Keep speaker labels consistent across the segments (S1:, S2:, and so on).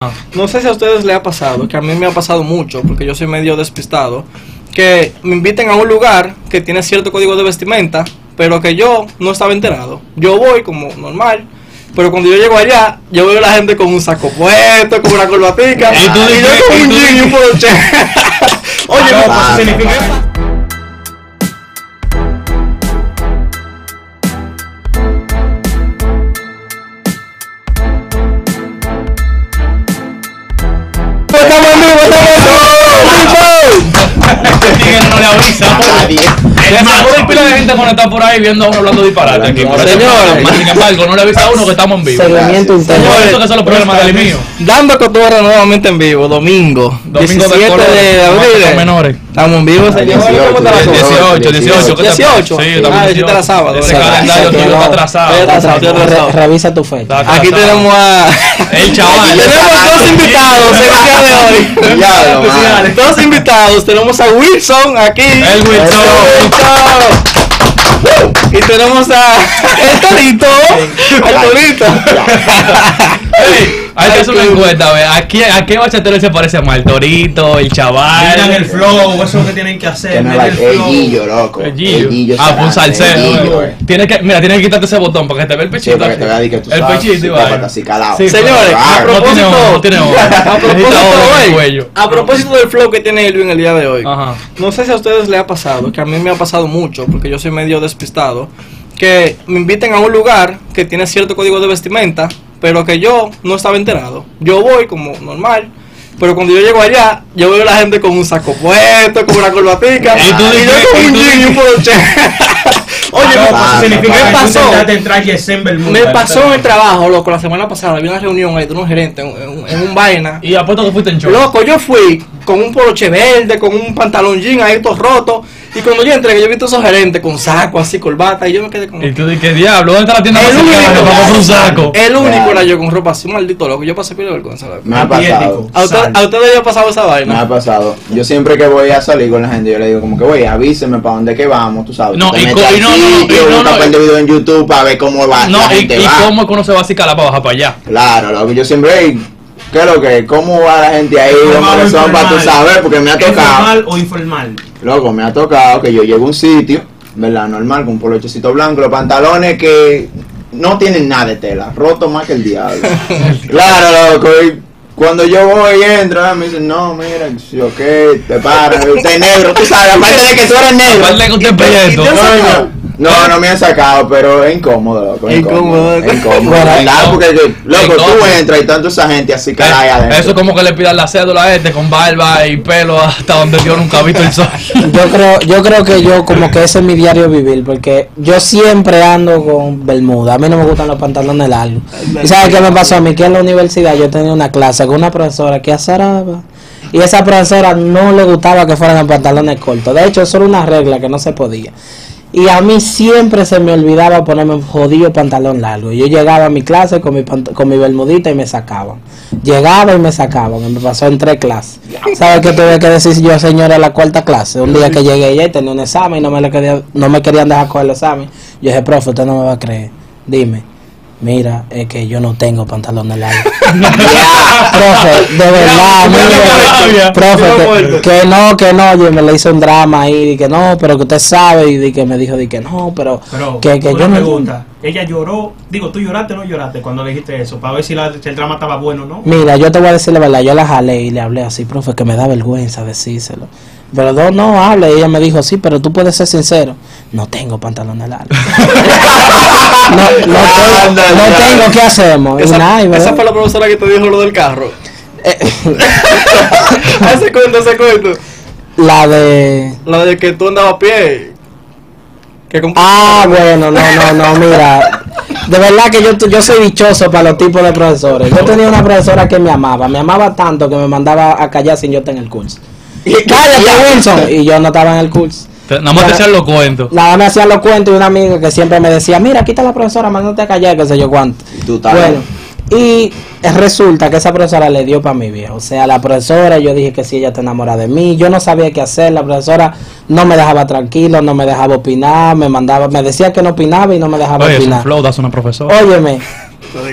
S1: Ajá. No sé si a ustedes les ha pasado, que a mí me ha pasado mucho, porque yo soy medio despistado, que me inviten a un lugar que tiene cierto código de vestimenta, pero que yo no estaba enterado. Yo voy como normal, pero cuando yo llego allá, yo veo a la gente con un saco puesto, con una corbatica, y,
S2: tú
S1: yo
S2: dices,
S1: con
S2: y
S1: un
S2: tú
S1: jean y un poloche. Oye,
S2: Ah,
S1: no,
S2: pasa,
S1: significa- Pues Estamos en vivo, estamos en vivo.
S2: Miguel no le avisa.
S3: Nadie.
S2: Es más, hay pila de gente conectada por ahí viendo a uno hablando disparate aquí. por eso.
S1: Señores.
S2: Sin embargo, no le avisa a uno que estamos en vivo.
S4: Seguimiento interno.
S2: Por eso que son los problemas del mío.
S1: Dando cotorra nuevamente en vivo, domingo,
S2: Domingo
S1: 17 de,
S2: colores,
S1: abril.
S2: con menores.
S1: Estamos en vivo, señores.
S3: 18,
S1: ¿Cómo te la
S2: El
S3: Son
S2: 18, 18, ¿qué te pasa?
S1: 18.
S2: Sí, estamos
S1: Ah, yo
S2: 18.
S1: te la sábado,
S2: Ese
S1: ¿verdad?
S2: calendario
S4: Ese
S2: tuyo
S4: que
S2: está
S4: no.
S1: Estoy
S2: atrasado.
S1: atrasado. Estoy atrasado.
S4: Re- Revisa tu fecha.
S2: Está
S1: Aquí
S2: atrasado.
S1: tenemos a...
S2: El chaval.
S1: tenemos dos invitados en el día de hoy.
S3: Ya, lo
S2: Especiales.
S1: Dos invitados. Tenemos a Wilson aquí.
S2: El Wilson.
S1: Wilson. Y tenemos a... El Torito. Al Torito.
S2: Ey, Hay que hacer una
S1: Ay, tú.
S2: encuesta, a ver, ¿a, quién- ¿a qué bachatero se parece más? ¿El Torito, el
S5: Tengan
S2: chaval?
S5: el flow, eso es lo que tienen que hacer.
S3: Que no
S5: meter
S3: la-
S5: el
S3: el
S5: flow.
S3: Guillo, loco.
S2: El Gillo.
S3: El Gillo
S2: ah, fue un
S3: Sarante, el
S2: salsero.
S3: Gillo.
S2: Tienes que, mira, tienes que quitarte ese botón para que te vea el
S3: Sí,
S2: pechito.
S3: para que te vea di que tú
S2: el
S3: sabes,
S2: pechito y
S3: psicópata,
S2: va.
S3: así calado.
S2: Sí, Ah,
S1: Señores, a
S2: No
S3: Claro.
S2: tiene
S1: propósito...
S2: ojo, no tiene ojo.
S1: A propósito,
S2: Necesita ojo
S1: de
S2: en el
S1: hoy,
S2: cuello.
S1: a propósito del flow que tiene Elvin el día de hoy.
S2: Ajá.
S1: No sé si a ustedes les ha pasado, que a mí me ha pasado mucho, porque yo soy medio despistado, que me inviten a un lugar que tiene cierto código de vestimenta, pero que yo no estaba enterado. Yo voy como normal, pero cuando yo llego allá, yo veo a la gente con un saco puesto, con una corbatica,
S2: Y
S1: y,
S2: tú
S1: yo
S2: dices-
S1: con
S2: y
S1: un
S2: tú
S1: jean y un poloche. Oye,
S5: Ah,
S1: me
S5: no,
S3: papá,
S5: eso
S1: pasó,
S5: significa
S1: me
S5: que tú
S1: pasó.
S5: intentaste entrar y es en Bermuda.
S1: Me pasó en el trabajo, loco, la semana pasada había una reunión ahí de unos gerentes en, en- en un vaina.
S2: Y apuesto que fuiste en show.
S1: Loco, yo fui con un poloche verde, con un pantalón jean ahí todo roto. Y cuando yo entré, que yo vi todos esos gerentes con saco, así, corbata, y yo me quedé con.
S2: Y tú dices, ¿qué diablo? ¿Dónde está la tienda
S1: El
S2: más cercana que
S1: único.
S2: vamos por un saco?
S1: El único
S3: Claro.
S1: era yo con ropa así, un maldito loco. Yo pasé por la vergüenza, loco.
S3: Me ha pasado.
S5: Antiético.
S1: ¿A, usted,
S5: Sal.
S1: ¿A ustedes les ha pasado esa
S3: Me
S1: vaina?
S3: ha pasado. Yo siempre que voy a salir con la gente, yo le digo como que, güey, avíseme para dónde que vamos, tú sabes.
S2: No,
S3: Tú te
S2: y
S3: metes
S2: co- y no,
S3: aquí,
S2: no, no,
S3: yo
S2: y no,
S3: busco
S2: no,
S3: el
S2: y-
S3: video en YouTube para ver cómo va la
S2: No, y,
S3: gente
S2: y
S3: va.
S2: cómo es que uno se va así calar para bajar para allá.
S3: Claro, loco, yo siempre, "Ey, ¿qué es lo que? ¿Cómo va la gente ahí?
S5: Informal
S3: Loco,
S5: o
S3: eso es para tú
S5: informal.
S3: saber, porque me ha tocado.
S5: ¿Formal o informal?
S3: Loco, me ha tocado que yo llego a un sitio, ¿verdad? Normal, con un polochecito blanco, los pantalones que no tienen nada de tela, roto más que el diablo. claro, loco, y cuando yo voy y entro, ah, me dicen, no, mira, sí, ok, te paras, usted es negro, tú sabes, aparte de que tú eres negro.
S2: Aparte que usted
S1: y-
S2: preso.
S1: y- y-
S3: No, no, no me han sacado, pero es incómodo, loco. es
S1: Incómodo.
S3: Incómodo. es Incómodo.
S4: Bueno,
S3: ¿verdad?
S2: incómodo.
S3: Porque, loco,
S2: Incómodo.
S3: tú entras y tanto esa gente así que la hay
S2: Eh, Eso
S3: adentro.
S2: es como que le pidan la cédula a este con barba y pelo hasta donde Dios nunca ha visto el sol.
S4: Yo creo, yo creo que yo como que ese es mi diario vivir, porque yo siempre ando con bermuda. A mí no me gustan los pantalones largos. ¿Y sabes qué me pasó a mí? Que en la universidad yo tenía una clase con una profesora que azaraba. Y esa profesora no le gustaba que fueran en pantalones cortos. De hecho, eso era una regla que no se podía. Y a mí siempre se me olvidaba ponerme un jodido pantalón largo. Yo llegaba a mi clase con mi, pant- con mi bermudita y me sacaban. Llegaba y me sacaban. Y me pasó en tres clases. ¿Sabes qué tuve que decir yo, señora, en la cuarta clase? Un día que llegué allá y tenía un examen y no me, lo quería- no me querían dejar coger el examen. Yo dije, profe, usted no me va a creer. Dime, mira, es que yo no tengo pantalones largos. profe, de verdad,
S2: Ya,
S4: mire,
S2: ya, ya.
S4: profe, que-
S1: Bueno.
S4: que no, que no, yo me le hice un drama ahí, di que no, pero que usted sabe, y di que me dijo, di que no, pero,
S5: Pero,
S4: que, que
S5: una
S4: yo no.
S5: pregunta. Ella lloró. Digo, ¿tú lloraste o no lloraste cuando le dijiste eso? Para ver si, la- si el drama estaba bueno o no.
S4: Mira, yo te voy a decir la verdad, yo la jalé y le hablé así, profe, que me da vergüenza decírselo. Pero no, no hable, y ella me dijo, sí, pero tú puedes ser sincero. No tengo pantalones largos. no, no, tengo,
S3: Anda,
S4: no
S3: ya.
S4: tengo, ¿qué hacemos? Y nada,
S1: Esa,
S4: y
S1: esa
S4: ¿verdad? Eh,
S1: fue la profesora que te dijo lo del carro. Ah, ese cuento, ese cuento.
S4: la de...
S1: La de que tú andabas a pie. Que comp-
S4: Ah, bueno, no, no, no, mira. De verdad que yo, yo soy dichoso para los tipos de profesores. Yo tenía una profesora que me amaba, me amaba tanto que me mandaba a callar sin yo estar en el curso. ¡Cállate, Wilson! Y yo no estaba en el curso.
S2: Te- Nada más te
S4: Ya.
S2: echan los cuentos.
S4: Nada me hacían los cuentos y una amiga que siempre me decía, mira, aquí está la profesora, mándate a callar, qué sé yo cuánto.
S3: Y tú estás-
S4: Bueno, y resulta que esa profesora le dio para mi viejo. O sea, la profesora, yo dije que si ella está enamorada de mí, yo no sabía qué hacer. La profesora no me dejaba tranquilo, no me dejaba opinar, me mandaba, me decía que no opinaba y no me dejaba
S2: Oye, es un
S4: opinar.
S2: flow, das una profesora.
S4: Óyeme,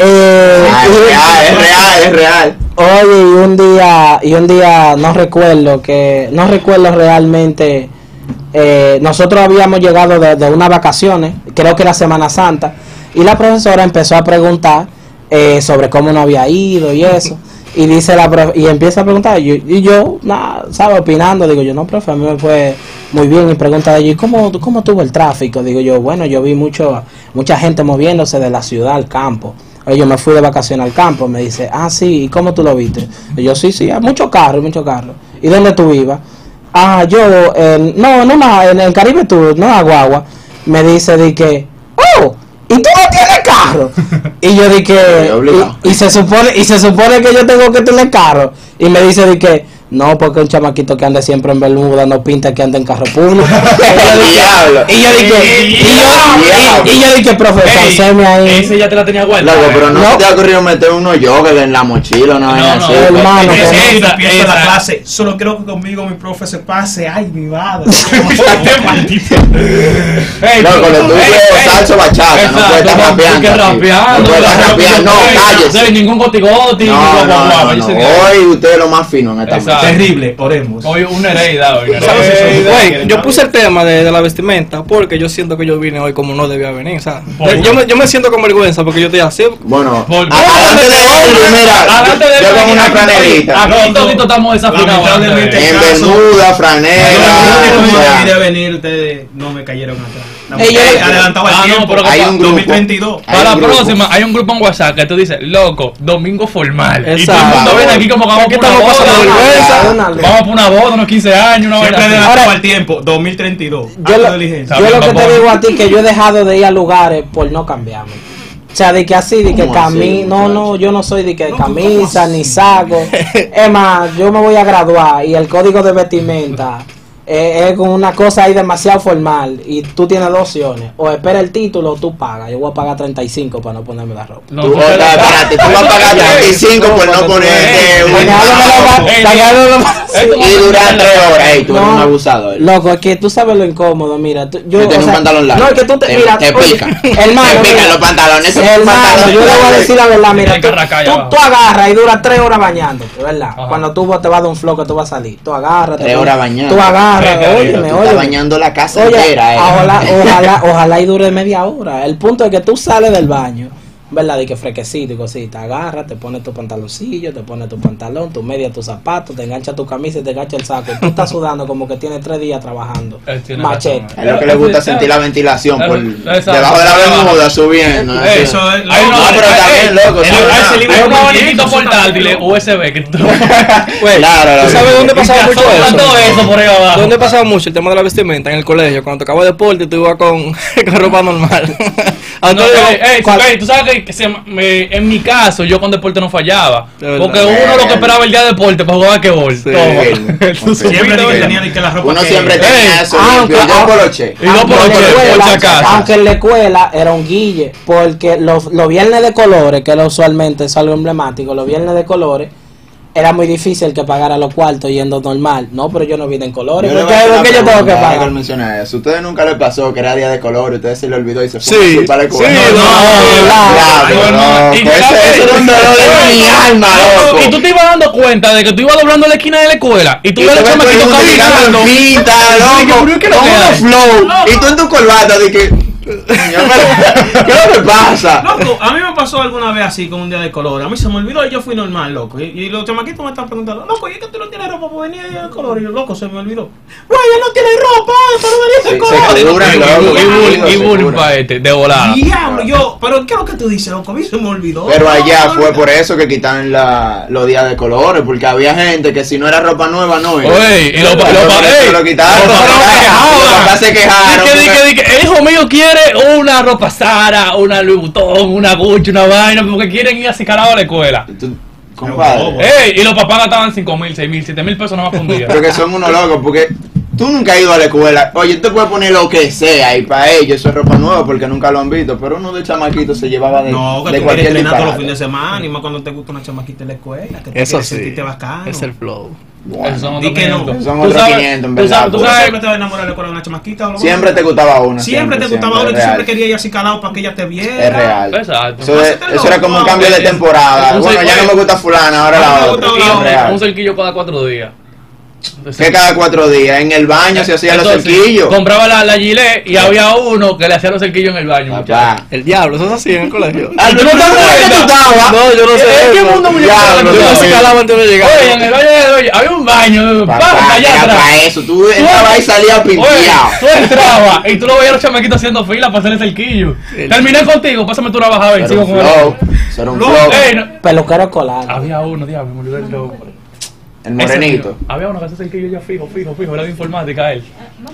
S4: Eh,
S2: Ah,
S3: es real, es real, es real.
S4: Oye, y un día, y un día no recuerdo que, no recuerdo realmente, eh, nosotros habíamos llegado de, de unas vacaciones, creo que era Semana Santa, y la profesora empezó a preguntar eh, sobre cómo no había ido y eso. Y dice la profe- y empieza a preguntar, y, y yo, nada, ¿sabes? Opinando, digo yo, no, profe, a mí me fue muy bien. Y pregunta de ella, ¿y cómo, cómo tuvo el tráfico? Digo yo, bueno, yo vi mucho, mucha gente moviéndose de la ciudad al campo. Oye, yo me fui de vacaciones al campo. Me dice, ah, sí, ¿y cómo tú lo viste? Y yo, sí, ah, sí, hay muchos carros, muchos carros. ¿Y dónde tú ibas? Ah, yo, en- no, no, no, en el Caribe tú, no en Aguagua. Me dice, de que, oh, ¿y tú no tienes carro? Y yo dije,
S3: Estoy obligado.
S4: y, y se supone, y se supone que yo tengo que tener carro. Y me dice, de que, no, porque un chamaquito que anda siempre en Bermuda no pinta que anda en carro público.
S3: Diablo.
S4: y yo dije, y yo, y, y yo dije, profesor,
S2: Ey,
S4: séme ahí.
S2: Ese ya te la tenía guardada.
S3: Loco, pero no,
S4: No.
S3: se te ha ocurrido meter unos joggers en la mochila, una vaina
S2: no,
S3: así.
S4: hermano,
S3: loco.
S5: Yo
S4: Esa,
S5: siempre empiezo la
S2: esa.
S5: clase. Solo quiero que conmigo mi profe se pase. Ay, mi madre.
S2: Este maldito. Ey,
S3: Loco, le tuve
S2: ey,
S3: que
S2: ey.
S3: salsa bachata, no
S2: Exacto,
S3: puede estar
S2: no,
S3: rapeando
S2: tú que
S3: aquí.
S2: rapeando,
S3: No puede estar
S2: claro,
S3: rapeando, no,
S2: ey,
S3: cállese.
S2: ey, Ningún gotigoti,
S3: No, no, no, no, Hoy usted es lo más fino en esta
S2: Exacto.
S3: mesa.
S5: Terrible, oremos.
S2: Hoy una heredad, hoy una
S5: ¿Sabes
S2: heredad.
S5: eso?
S1: Eh,
S5: Ey,
S1: güey,
S5: ey,
S1: yo
S5: ey.
S1: puse el tema de, de la vestimenta porque yo siento que yo vine hoy como no debía venir, ¿sabes?
S2: Por-
S1: Yo, yo me, yo me siento con vergüenza porque yo estoy así.
S3: Bueno,
S2: Por-
S3: adelante de hombre,
S2: Adelante
S3: mira,
S2: de
S3: yo con
S2: aquí,
S3: una
S2: aquí,
S3: franelita.
S2: aquí toditos estamos desafinados,
S5: Lamentablemente,
S2: adelante.
S3: En
S5: caso.
S3: Bermuda, franela.
S5: Yo no
S3: o sea,
S5: quería venir, ustedes no me cayeron atrás. La
S4: Ey,
S5: mujer
S4: yo-
S5: adelantaba el
S2: Ah, no,
S5: tiempo.
S2: pero-
S3: Hay un grupo.
S5: 2022.
S3: Hay
S2: Para la
S3: un grupo.
S2: próxima, hay un grupo en WhatsApp que tú dices, loco, domingo formal. Y todo el
S1: Exacto.
S2: mundo viene aquí como que vamos
S1: Aquí
S2: por una
S1: estamos
S2: boda.
S1: pasando
S4: vergüenza.
S2: Vamos por una boda, unos 15 años, una
S5: Siempre
S2: vaina así.
S5: adelantaba
S4: Ahora-
S5: el tiempo. 2032.
S4: yo
S5: Acto
S4: lo,
S5: de diligencia.
S4: yo lo que
S2: Papá.
S4: te digo a ti que yo he dejado de ir a lugares por no cambiarme. O sea, de que así, de que
S3: ¿Cómo así,
S4: camisa, no, no,
S3: muchacho?
S4: yo no soy de que
S5: No,
S4: camisa
S5: ¿cómo
S4: ni
S5: así?
S4: saco. Es más, yo me voy a graduar y el código de vestimenta es, es con una cosa ahí demasiado formal y tú tienes dos opciones. O espera el título o tú pagas. Yo voy a pagar 35 para no ponerme la ropa.
S2: No,
S3: Tú,
S2: tú te la-
S3: otra, espérate, tú vas a pagar 35 por no ponerte
S2: Ey,
S3: un
S2: ey, ey, Esto va a
S3: Y
S2: ser
S3: dura
S2: una
S3: 3
S2: heredad.
S3: horas. Ey, tú eres
S4: No.
S3: un abusador.
S4: Loco, es que tú sabes lo incómodo, mira. tú- yo
S3: Yo
S4: o
S3: tengo un
S4: sea,
S3: pantalón largo.
S4: No, es que tú te, mira,
S3: Te
S4: oye,
S3: pica.
S4: Hermano,
S3: Te
S4: mira,
S3: pican los pantalones. esos
S4: Hermano,
S3: pantalones
S4: yo le voy a
S3: largos.
S4: decir la verdad, mira,
S2: Hay
S4: tú,
S2: carraca ahí
S4: tú-
S2: abajo.
S4: tú agarras y dura tres horas bañándote, ¿verdad?
S2: Ajá.
S4: Cuando tú vas- te vas de un flow que tú vas a salir, tú agarras, te
S3: Tres
S4: pones-
S3: horas bañando.
S4: tú agarras,
S2: Venga,
S4: óyeme,
S2: venga,
S3: Tú
S4: óyeme.
S3: estás bañando la casa
S4: Oye,
S3: entera. eh.
S4: ojalá, ojalá, ojalá y dure media hora. El punto es que tú sales del baño, ¿verdad? De que frequecito y cosita, agarras, te pones tu pantaloncillo, te pones tu pantalón, tu media, tus zapatos, te engancha tu camisa y te engancha el saco. Y tú estás sudando como que tienes tres días trabajando.
S2: Él tiene
S4: Machete.
S2: razón, eh.
S3: Es lo que le gusta sentir la ventilación
S2: Claro,
S3: por
S2: exacto.
S3: debajo de la bermuda subiendo.
S2: Ey,
S3: así.
S5: eso es-
S2: hay
S5: No,
S2: unos-
S3: pero
S2: hay-
S3: también,
S2: hay-
S3: loco,
S2: hay-
S3: sí,
S2: hay-
S3: no.
S2: ese libro
S5: Hay
S2: un
S5: un
S2: abaniquito
S5: abanico,
S2: portátil eh,
S5: eso está
S2: USB que tú-
S1: Güey,
S3: Claro,
S1: ¿tú
S3: loco.
S1: sabes dónde pasaba
S2: Y
S1: mucho
S2: te asombra todo
S1: eso?
S2: eso por ahí abajo.
S1: ¿Dónde pasaba mucho el tema de la vestimenta? En el colegio, cuando tocaba deporte, tú ibas con, con ropa normal. Ahora
S2: No,
S1: tú
S2: ey,
S1: llevas-
S2: ey, ey, tú sabes que, que se- me- en mi caso yo con deporte no fallaba.
S1: De verdad.
S2: Porque uno lo que esperaba el día de deporte para jugar a quebol.
S1: Sí.
S2: Tú supiste,
S5: Siempre digo que
S2: ¿verdad?
S5: tenía de que la ropa
S3: Uno
S5: que-
S3: siempre
S5: Ey,
S3: tenía eso limpio.
S4: aunque-
S3: Yo
S4: aunque-
S3: coloché.
S2: Y no por
S4: Aunque
S2: los
S4: en la
S2: por-
S4: escuela-
S2: por si acaso.
S4: Aunque en la escuela era un guille, porque los, los viernes de colores, que era usualmente es algo emblemático, los viernes de colores, era muy difícil que pagara los cuartos yendo normal. No, pero yo no vine en colores, porque es lo que yo tengo que pagar.
S3: mencionar eso. ¿Ustedes nunca les pasó que era día de color y ustedes se le olvidó y se
S1: Sí,
S3: fue para el
S1: sí,
S3: culo?
S1: no,
S2: no, no. Y
S3: Eso
S2: sabes-
S3: eso era un dolor de mi alma,
S2: Loco,
S3: loco.
S2: Y tú te ibas dando cuenta de que tú ibas doblando la esquina de la escuela y tú
S3: Y
S2: ves
S3: tú
S2: al
S3: ves todo el
S2: chamaquito
S3: mundo tirando
S2: caminando.
S3: pinta, loco.
S2: pero es que no
S3: Con
S2: queda.
S3: unos flow. Y tú en tu corbata, de que. coño, pero, ¿Qué es lo que pasa?
S5: Loco, a mí me pasó alguna vez así con un día de color. A mí se me olvidó y yo fui normal, loco. Y, y los chamaquitos me están preguntando, loco, ¿y es que tú no tienes ropa para venir de color? Y yo, loco, se me olvidó. Brian no tiene ropa para venir
S3: Sí,
S5: de
S3: se
S5: color.
S2: Y
S3: Segura,
S2: bullying,
S3: loco,
S2: y bullying,
S3: segura.
S2: y bullying para este, de volada.
S5: Diablo, yo, pero ¿qué es lo que tú dices, loco? A mí se me olvidó.
S3: Pero allá
S5: No, no,
S3: fue
S5: no.
S3: por eso que quitaron la, los días de colores, porque había gente que si no era ropa nueva, no iba.
S2: Oye, y lo- lo-
S3: Entonces,
S2: lo-
S3: por eso
S2: ey,
S3: lo quitaron.
S2: los papás se quejaban.
S3: Los papás se quejaron.
S2: Dije, dije,
S3: porque-
S2: dije, el hijo mío quiere una ropa Sara, una Louis Vuitton, una Gucci, una vaina, porque quieren ir así calado a la escuela.
S3: Tú- Compadre.
S2: Ey, y los papás gastaban 5 mil, 6 mil, 7 mil pesos nada más por un día.
S3: Pero que son unos locos, porque tú nunca has ido a la escuela. Oye, tú puedes poner lo que sea y para ellos eso es ropa nueva porque nunca lo han visto. Pero uno de chamaquitos se llevaba de,
S5: No, que
S3: de
S5: tú quieres
S3: cualquier
S5: entrenar todos los fines
S3: disparate.
S5: de semana, y más cuando te gusta una chamaquita en la escuela, que tú
S1: Eso
S5: quieres
S1: sí.
S5: sentirte bacano.
S1: Es el flow.
S3: Bueno,
S2: Esos son
S5: di
S2: otros
S5: que no.
S2: 500.
S3: Son
S2: Tú
S3: otros
S2: sabes-
S3: 500, en
S2: tú
S3: verdad,
S2: sabes- tú
S5: ¿Tú
S3: porque-
S2: sabes-
S5: siempre te vas a enamorar de una chamaquita o no?
S3: eh, siempre te gustaba una.
S5: Siempre te gustaba
S3: siempre,
S5: uno y tú
S3: es
S5: siempre
S3: real.
S5: querías ir así calado para que ella te viera.
S3: Es real.
S2: Exacto.
S3: Eso, es- eso era como un cambio de temporada.
S2: Entonces,
S3: Bueno, ya no
S2: oye,
S3: me gusta fulana, ahora
S5: ahora
S3: la
S5: me
S3: otra.
S5: gusta la
S3: Es
S5: otra.
S3: real.
S2: Un cerquillo cada cuatro días. Entonces-
S3: Que cada cuatro días en el baño se hacía los
S2: Entonces,
S3: cerquillos.
S2: Compraba la, la Gillette y había uno que le hacía los cerquillos en el baño. muchacho.
S3: Papá.
S1: El diablo, eso es así en el colegio.
S3: Ah, ¿tú no te acuerdas que tú estabas?
S1: No, yo no sé.
S2: ¿En qué
S1: eso.
S2: mundo me
S3: Diablo,
S1: Yo
S3: no,
S1: no sé
S3: eh.
S1: qué hablaba antes de llegar.
S2: Oye, en el baño de oye, había un baño,
S3: Papá,
S2: papá, allá
S3: era para
S2: atrás.
S3: eso. Tú entrabas y salías
S2: Oye,
S3: pimpeado.
S2: tú entrabas y tú lo veías a los chamaquitos haciendo fila para hacerle cerquillo.
S1: El-
S2: Terminé contigo, pásame tú la bajada y
S3: Eso era
S2: sigo
S3: un
S2: con el-
S3: flow. Eso era un
S5: No,
S3: flow.
S2: Ey, no-
S4: Peluquero colado.
S2: Había uno, diablo, me olvidé el nombre.
S3: El morenito.
S2: Ese, Había uno que hacía cerquillo ya fijo, fijo, fijo, era de informática él.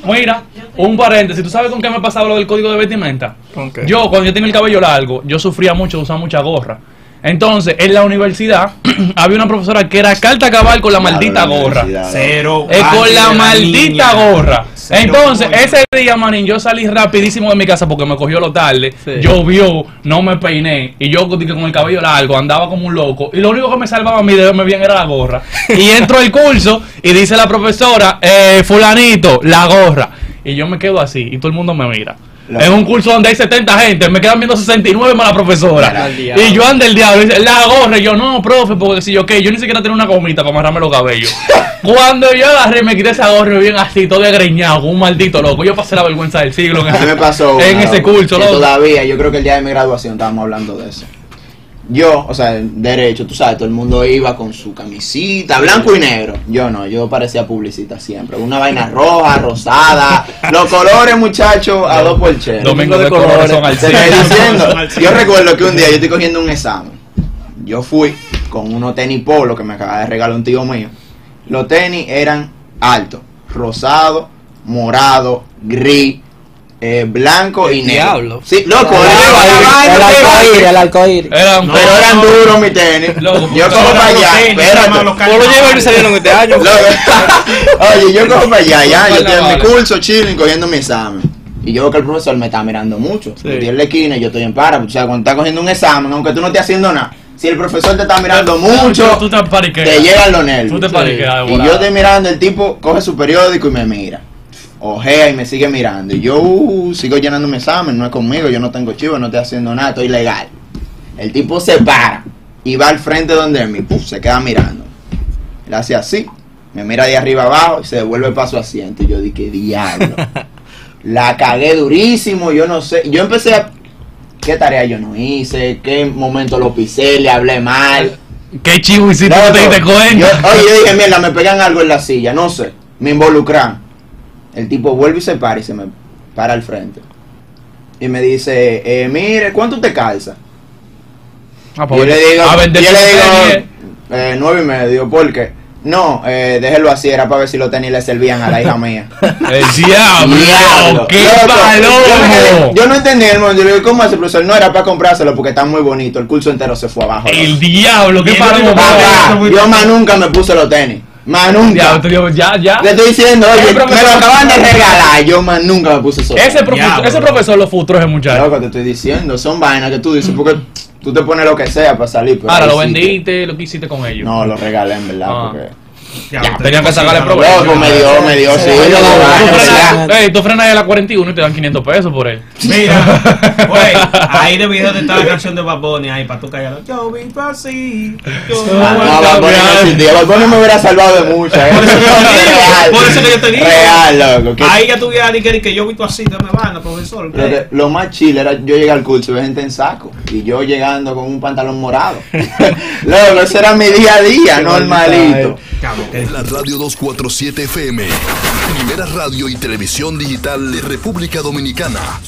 S2: Mira, un paréntesis, ¿tú sabes con qué me pasaba lo del código de vestimenta?
S1: ¿Con qué?
S2: Yo, cuando yo tenía el cabello largo, yo sufría mucho de usar mucha gorra. Entonces, en la universidad había una profesora que era carta cabal con la maldita
S3: Claro,
S2: gorra.
S3: universidad.
S5: Cero.
S2: Eh,
S5: baile
S2: con
S5: de
S2: la maldita
S5: niña.
S2: gorra.
S5: Cero
S2: Entonces,
S5: coño.
S2: ese día, manín, yo salí rapidísimo de mi casa porque me cogió lo tarde.
S1: Sí.
S2: Llovió, no me peiné. Y yo con con el cabello largo andaba como un loco. Y lo único que me salvaba a mí de verme bien era la gorra. Y entro al curso y dice la profesora, eh, fulanito, la gorra. Y yo me quedo así y todo el mundo me mira.
S3: La-
S2: En un curso donde hay 70 gente, me quedan viendo 69 más la
S1: Mira,
S2: profesora.
S1: al diablo.
S2: Y yo ando el diablo, y dice, la gorra. Y yo, no, profe, porque si yo qué, yo ni siquiera tenía una gomita para amarrarme los cabellos. Cuando yo agarré, me quité esa gorra bien así, todo agreñado, como un maldito loco. Yo pasé la vergüenza del siglo en,
S3: A mí me pasó.
S2: en
S3: una,
S2: ese curso,
S3: que
S2: loco.
S3: Todavía, yo creo que el día de mi graduación estábamos hablando de eso. Yo, o sea, en derecho, tú sabes, todo el mundo iba con su camisita, blanco y negro. Yo no, yo parecía publicista siempre. Una vaina roja, rosada. Los colores, muchachos, a dos por chero.
S2: Domingo de
S1: de
S2: colores
S1: colores.
S2: son al
S3: Te
S2: cielo.
S3: estoy diciendo. Yo recuerdo que un día yo estoy cogiendo un examen. Yo fui con unos tenis polo que me acaba de regalar un tío mío. Los tenis eran altos, rosado, morado, gris, eh, blanco y
S1: El
S3: negro.
S1: diablo.
S3: Sí,
S2: pues,
S3: loco,
S4: El
S3: era una vaina
S4: alcohol,
S3: que vaina.
S4: el alcohol.
S2: Era un
S5: No,
S3: Pero eran duros mis tenis.
S2: Loco,
S3: yo
S2: no,
S3: cojo para
S5: los
S3: allá.
S5: tenis,
S3: Espérate.
S5: no, los
S1: Polo llegó y no salieron este año.
S3: Loco. Oye, yo cojo para allá, ya, yo
S2: Bueno,
S3: estoy en mi
S2: vale.
S3: curso chilling, cogiendo mi examen. Y yo veo que el profesor me está mirando mucho.
S1: Sí.
S3: Yo estoy en la esquina y yo estoy en para. O sea, cuando estás cogiendo un examen, aunque tú no estés haciendo nada, si el profesor te está mirando mucho,
S2: Tú te pariqueas.
S3: te llegan los
S2: Tú
S3: nervios.
S2: te pariqueas. de
S3: Y yo
S2: volada.
S3: estoy mirando, el tipo coge su periódico y me mira. Ojea y me sigue mirando. Y yo uh, sigo llenando mi examen, no es conmigo, yo no tengo chivo, no estoy haciendo nada, estoy legal. El tipo se para y va al frente donde mí, puf, se queda mirando. Él hace así, me mira de arriba abajo y se devuelve para su asiento. Y yo dije, diablo. La cagué durísimo, yo no sé. Yo empecé a. ¿Qué tarea yo no hice? ¿Qué momento lo pisé? ¿Le hablé mal?
S2: Qué chivo hiciste,
S3: No,
S2: no, te
S3: no.
S2: diste
S3: Yo,
S2: cuenta.
S3: oye, yo dije, mierda, me pegan algo en la silla, no sé. Me involucran. El tipo vuelve y se para y se me para al frente. Y me dice, eh, mire, ¿cuánto te calza?
S2: Ah,
S3: Y yo
S2: pues,
S3: le digo,
S2: a
S3: yo le
S2: vender tus
S3: digo
S2: tenis.
S3: eh, nueve y medio, ¿por qué? No, eh, déjelo así, era para ver si los tenis le servían a la hija mía.
S2: El diablo,
S3: Diablo.
S2: Ah, qué
S3: Loco, Yo, me quedé-
S2: palomo.
S3: yo no entendí el momento, yo le digo, ¿cómo hace, profesor? No era para comprárselo porque está muy bonito, el curso entero se fue abajo. loco.
S2: El diablo, qué
S5: Y el
S2: palomo.
S5: único
S2: papá.
S3: Papá, yo más nunca me puse los tenis. Más nunca.
S2: Diablo, te digo, ya, ya.
S3: Te estoy diciendo,
S2: Ese
S3: oye, me
S2: profesor-
S3: lo acaban de regalar. Yo más nunca me puse eso.
S2: Ese profesor,
S5: Diablo.
S2: ese profesor lo frustró ese muchacho.
S3: Loco, te estoy diciendo, son vainas que tú dices, porque tú te pones lo que sea para salir. pero
S2: Ahora,
S3: ahí
S2: lo
S3: sí que-
S2: vendiste, lo que hiciste con ellos.
S3: No, lo regalé en verdad.
S2: Ah.
S3: Porque...
S5: Ya,
S2: Ya,
S5: te-
S2: tenía que sacarle
S5: sí,
S2: provecho.
S3: Loco, me dio, me dio, sí.
S4: Sí,
S3: yo lo
S4: yo lo
S2: Tú
S3: gané,
S4: gané,
S3: en
S4: sí.
S2: frenas,
S3: verdad.
S2: ey, tú frenas a la 41 y te dan 500 pesos por él.
S5: Mira, güey, ahí de video te está la canción de Bad Bunny ahí para tú callar. Yo vivo así. Yo vivo
S3: Ah, No,
S5: así.
S3: Bad Bunny no existía. Bad Bunny me hubiera salvado de muchas. ¿eh?
S5: Por eso que yo te digo,
S3: Real.
S5: por eso que yo te digo.
S3: Real, loco. que-
S5: Ahí ya tuviera que que yo vivo así, te me van, profesor.
S3: Lo, que- lo más chile era yo llegué al curso y ver gente en saco y yo llegando con un pantalón morado. Luego, ese era mi día a día, normalito.
S5: Cabrón, que-
S6: La Radio 247 FM, primera radio y televisión digital de República Dominicana.